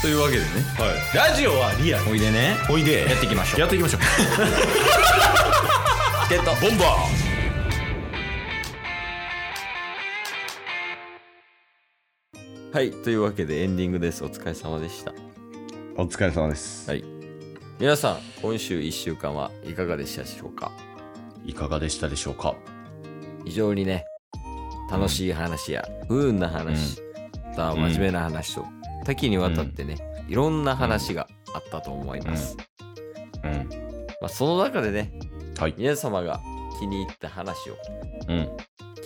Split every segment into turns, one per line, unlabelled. というわけでね
はい、ラジオはリアル
おいでね
おいで
やっていきましょう
やっていきましょう
ゲット
ボンバ
はいというわけでエンディングですお疲れ様でした
お疲れ様です。
はい皆さん今週1週間はいかがでしたでしょうか
いかがでしたでしょうか
非常にね楽しい話や不運な話、また真面目な話と多岐にわたってね、いろんな話があったと思います、
うん。
まあ、その中でね
はい。
皆様が気に入った話を
うん。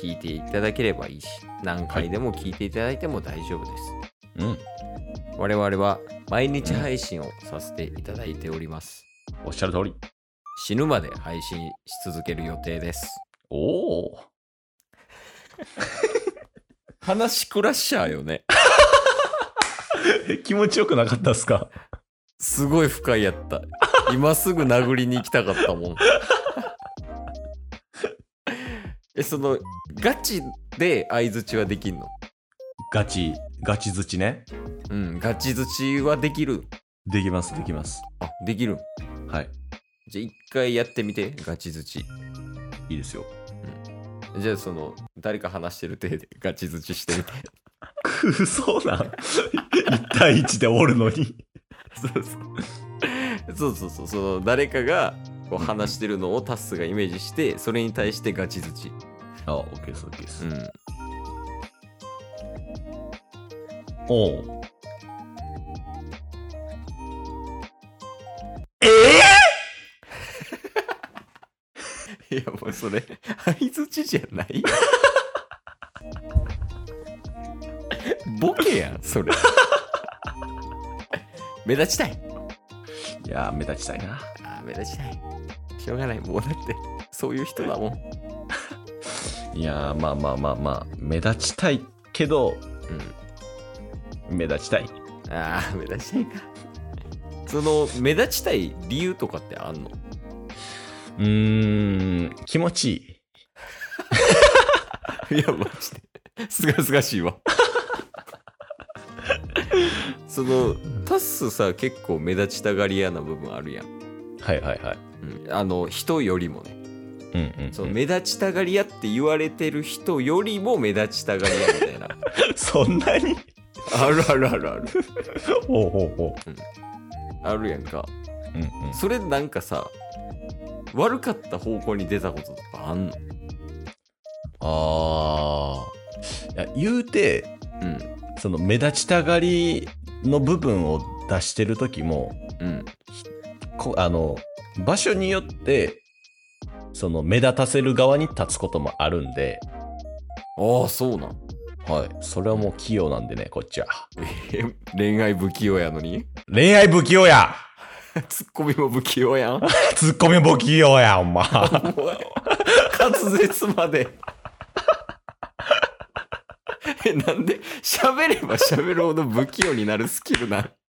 聞いていただければいいし何回でも聞いていただいても大丈夫です、
うん。
我々は毎日配信をさせていただいております。
おっしゃる通り。
死ぬまで配信し続ける予定です。
おお。
話クラッシャーよね。
気持ちよくなかったっすか
すごい不快やった。今すぐ殴りに行きたかったもん。 え、その、ガチで相づちはできんの
ガチ、ガチ槌ね。
うん、ガチづちはできる。
できます、できます。
あ、できる。
はい。
じゃあ一回やってみて、ガチづち。
いいですよ。
じゃあその、誰か話してる手でガチづちしてみ て。
くそな。1対1でおるのに。そうそう。
そうそうそう、その誰かがこう話してるのをタッスがイメージして、それに対してガチづち。
あ、オッケーです、オッケーです。
ん。
おお。え
いや、もうそれ、相づちじゃない ボケやん、それ。 目立ちたい。
ー、いやー、目立ちたいな。
あー目立ちたい。しょうがない、もうだって、そういう人だもん。
いやー、まあまあまあまあ、目立ちたいけど、目立ちた
う
い。
ん。ああ、目立ちたいか。その、目立ちたい理由とかってあんの
うーん、気持ちいい。
いや、マジで。 すがすがしいわ。その、タッスさ、結構目立ちたがり屋な部分あるやん。
はいはいはい。
うん、あの、人よりもね。
うんうん、うん。
その目立ちたがり屋って言われてる人よりも目立ちたがり屋みたいな。
そんなに
あるあるあるある。
ほうほうほ
あるやんか。
う。うんうん。
それなんかさ、悪かった方向に出たこととかあんの
ああ。いや言うて、
うん。
その目立ちたがりの部分を出してる時も、
うん。
こあの、場所によって、その目立たせる側に立つこともあるんで、
ああ、そうなん。
はい。それはもう器用なんでね、こっちは。
え恋愛不器用やのに
恋愛不器用や
ツッコミも不器用やん。
ツッコミ不器用や、お前。
おい滑舌まで えなんで喋れば喋るほど不器用になるスキルなん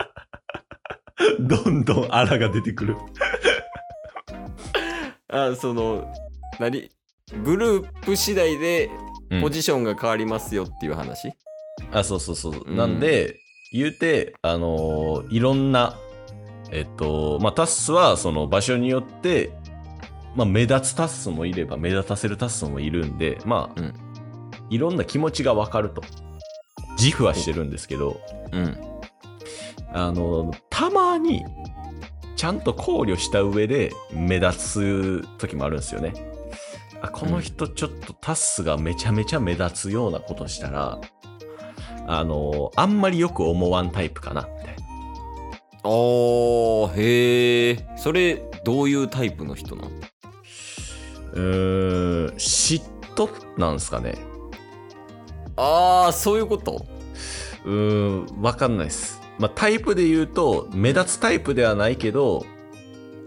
どんどんあらが出てくる。
あその何グループ次第で
うん
ポジションが変わりますよっていう話、
あ、そうそうそう。
うん
なんで、言うて、あのーいろんな、えっと、まあ、タッスは、その場所によって、まあ、目立つタッスもいれば、目立たせるタッスもいるんで、まあ、
うん
いろんな気持ちがわかると。自負はしてるんですけど、
うん、
あの、たまに、ちゃんと考慮した上で目立つ時もあるんですよね。あこの人ちょっとタスがめちゃめちゃ目立つようなことしたら、あの、あんまりよく思わんタイプかな、みたいな。
あーへえそれどういうタイプの人なの
うーん、嫉妬なんですかね。
あーそういうこと
うーん、わかんないです。まあ、タイプで言うと、目立つタイプではないけど、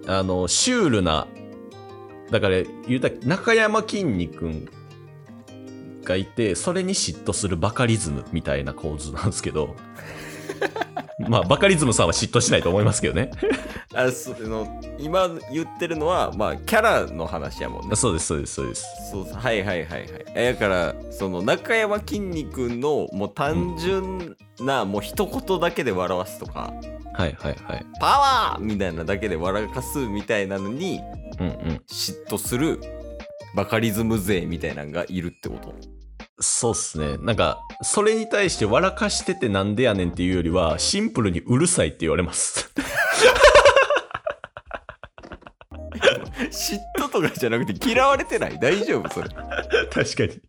あの、シュールな、だから、言うたら中山きんに君 がいて、それに嫉妬するバカリズムみたいな構図なんですけど、まあ、バカリズムさんは嫉妬しないと思いますけどね。
あその今言ってるのはまあキャラの話やもんね
そうです、そうです、そうです。
そうそうはいはいはいはいえだからその中山きんに君のもう単純な、もう一言だけで笑わすとか
はいはいはい。
パワーみたいなだけで笑かすみたいなのに
うんうん。
嫉妬するバカリズム勢みたいなのがいるってこと
そうっすね。なんか、それに対して笑かしててなんでやねんっていうよりは、シンプルにうるさいって言われます。
嫉妬とかじゃなくて嫌われてない大丈夫それ
確かに。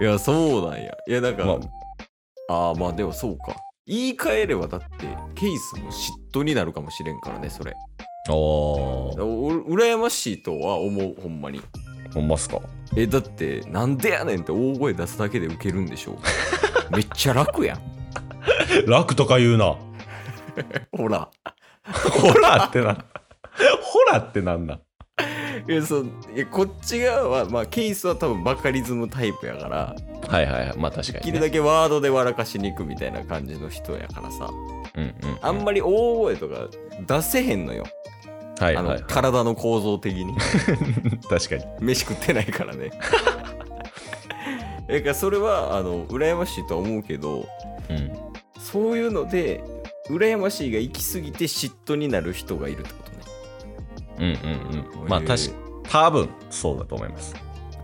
いやそうなんやいやなんか、
ま
ああまあでもそうか言い換えればだってケイスも嫉妬になるかもしれんからねそれ
あ、おー
お羨ましいとは思うほんまに
ほんまっすか。
えだってなんでやねんって大声出すだけでウケるんでしょ めっちゃ楽やん
楽とか言うな。
ほら
ホラーってなん。ホラーってなんなん
いやそういやこっち側は、まあ、ケイスは多分バカリズムタイプやから
はいはいはい。まあ確か
でき
に、
る
ね。
だけワードで笑かしに行くみたいな感じの人やからさ
うんうん。
あんまり大声とか出せへんのよ
は
あ
い
の、
はい。
体の構造的 に
確かに。
飯食ってないからね だからそれはあの羨ましいとは思うけど
うん。
そういうので羨ましいが行き過ぎて嫉妬になる人がいるってことね
うんうんうん。まあ確か多分そうだと思います。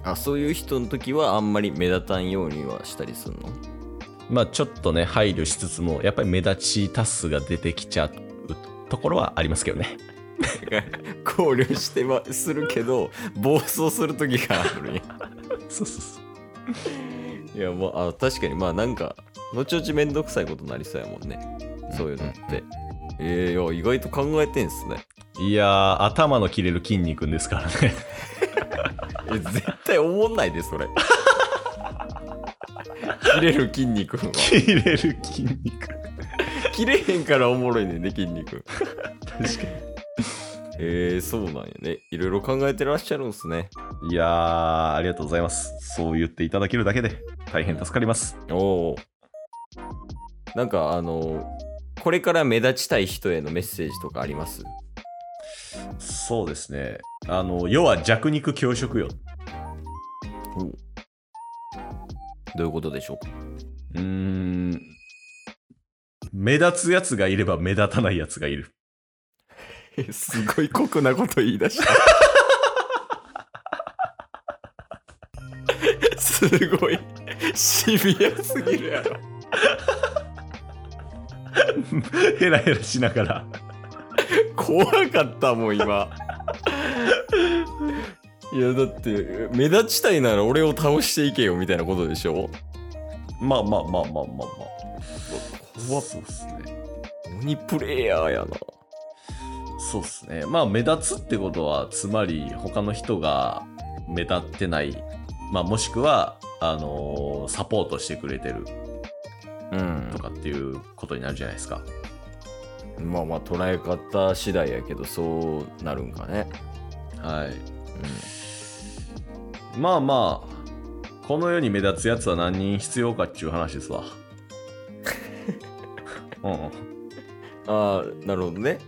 あそういう人の時はあんまり目立たんようにはしたりするの
まあちょっとね、配慮しつつも、やっぱり目立ちタスが出てきちゃうところはありますけどね。
考慮してはするけど暴走する時があるんや
そうそうそ う。
いやもうあ確かにまあなんか後々めんどくさいことになりそうやもんねそういうのって、えー、いや意外と考えてんすね
いやー、頭の切れる筋肉ですからね。
え絶対思んないで それ切れる筋肉は
切れる筋肉。
切れへんからおもろいねんね筋肉
確か
えー、そうなんやねいろいろ考えてらっしゃるんすね
に。いやー、ありがとうございます。そう言っていただけるだけで大変助かります。
おおなんかあのこれから目立ちたい人へのメッセージとかあります
そうですね。あの、要は弱肉強食よ。
どういうことでしょうか
うーん。目立つやつがいれば目立たないやつがいる。
すごい酷なこと言い出した すごいシビアすぎるやろ
ヘラヘラしながら。
怖かったもん今いやだって目立ちたいなら俺を倒していけよみたいなことでしょ
まあまあまあまあまあまあ。
怖っ
そうっすね。
鬼プレイヤーやな
そうっすね。まあ目立つってことは、つまり他の人が目立ってない、まあもしくは、あのーサポートしてくれてる
うん
とかっていうことになるじゃないですか。
まあまあ捉え方次第やけどそうなるんかね、
はい。まあまあ、この世に目立つやつは何人必要かっていう話 ですわ。うん
ああなるほどね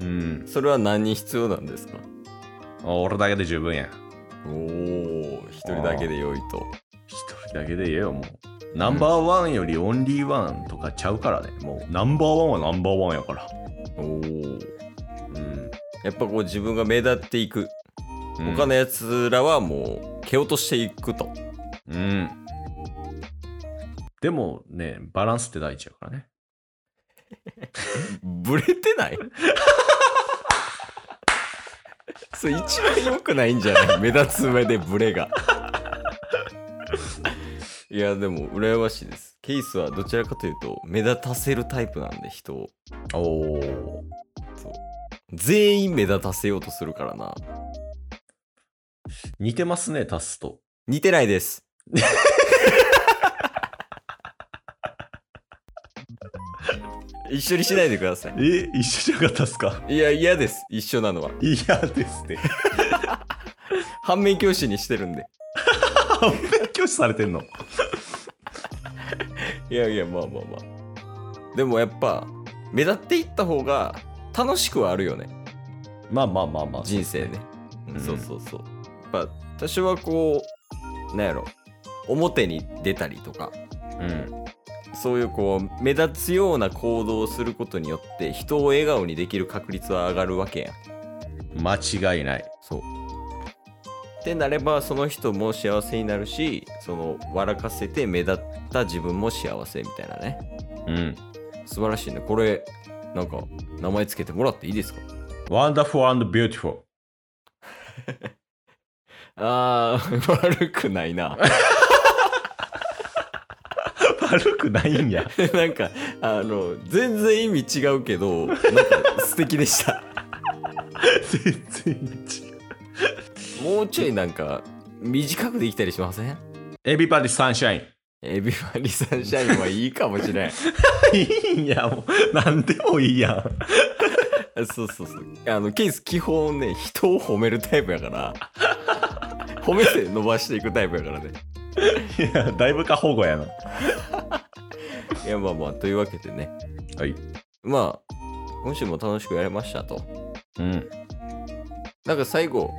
うん。
それは何に必要なんですか
うん。俺だけで十分や。
おお一人だけで良いと
一人だけで言えよ、もう。ナンバーワンよりオンリーワンとかちゃうからね。もう、ナンバーワンはナンバーワンやから。
おお
うん。
やっぱこう自分が目立っていく
うん
他のやつらはもう蹴落としていくと、
うん。でもね、バランスって大事やからね。
ブレてない それ一番良くないんじゃない目立つ上でブレがいやでも羨ましいですケイスはどちらかというと目立たせるタイプなんで人を
おー。
全員目立たせようとするからな
似てますね、タスと。
似てないです 一緒にしないでください
え、一緒じゃなかったっすか
いや嫌です一緒なのは
嫌です ね。
反面教師にしてるんで
勉強されてんの。
いやいやまあまあまあでもやっぱ目立っていった方が楽しくはあるよね
まあまあまあまあ。
人生ね、
うん
そうそうそうやっぱ私はこうなんやろ表に出たりとか
うん。
そういうこう目立つような行動をすることによって人を笑顔にできる確率は上がるわけやん
間違いない。
そうってなればその人も幸せになるしその笑かせて目立った自分も幸せみたいなね
うん。
素晴らしいねこれなんか名前つけてもらっていいですか
wonderful and beautiful.
あー悪くないな
悪くないんや。
なんかあの全然意味違うけどなんか素敵でした
全然違う。
もうちょいなんか短くできたりしません
エビバディサンシャイン。
エビバリサンシャインはいいかもしれん
いいんや、もう。なんでもいいやん。
そうそうそうあのケース基本ね人を褒めるタイプやから褒めて伸ばしていくタイプやからね
いや、だいぶ過保護やな。
いやまあまあというわけでね
はい。
まあ今週も楽しくやれましたと
うん。
なんか最後、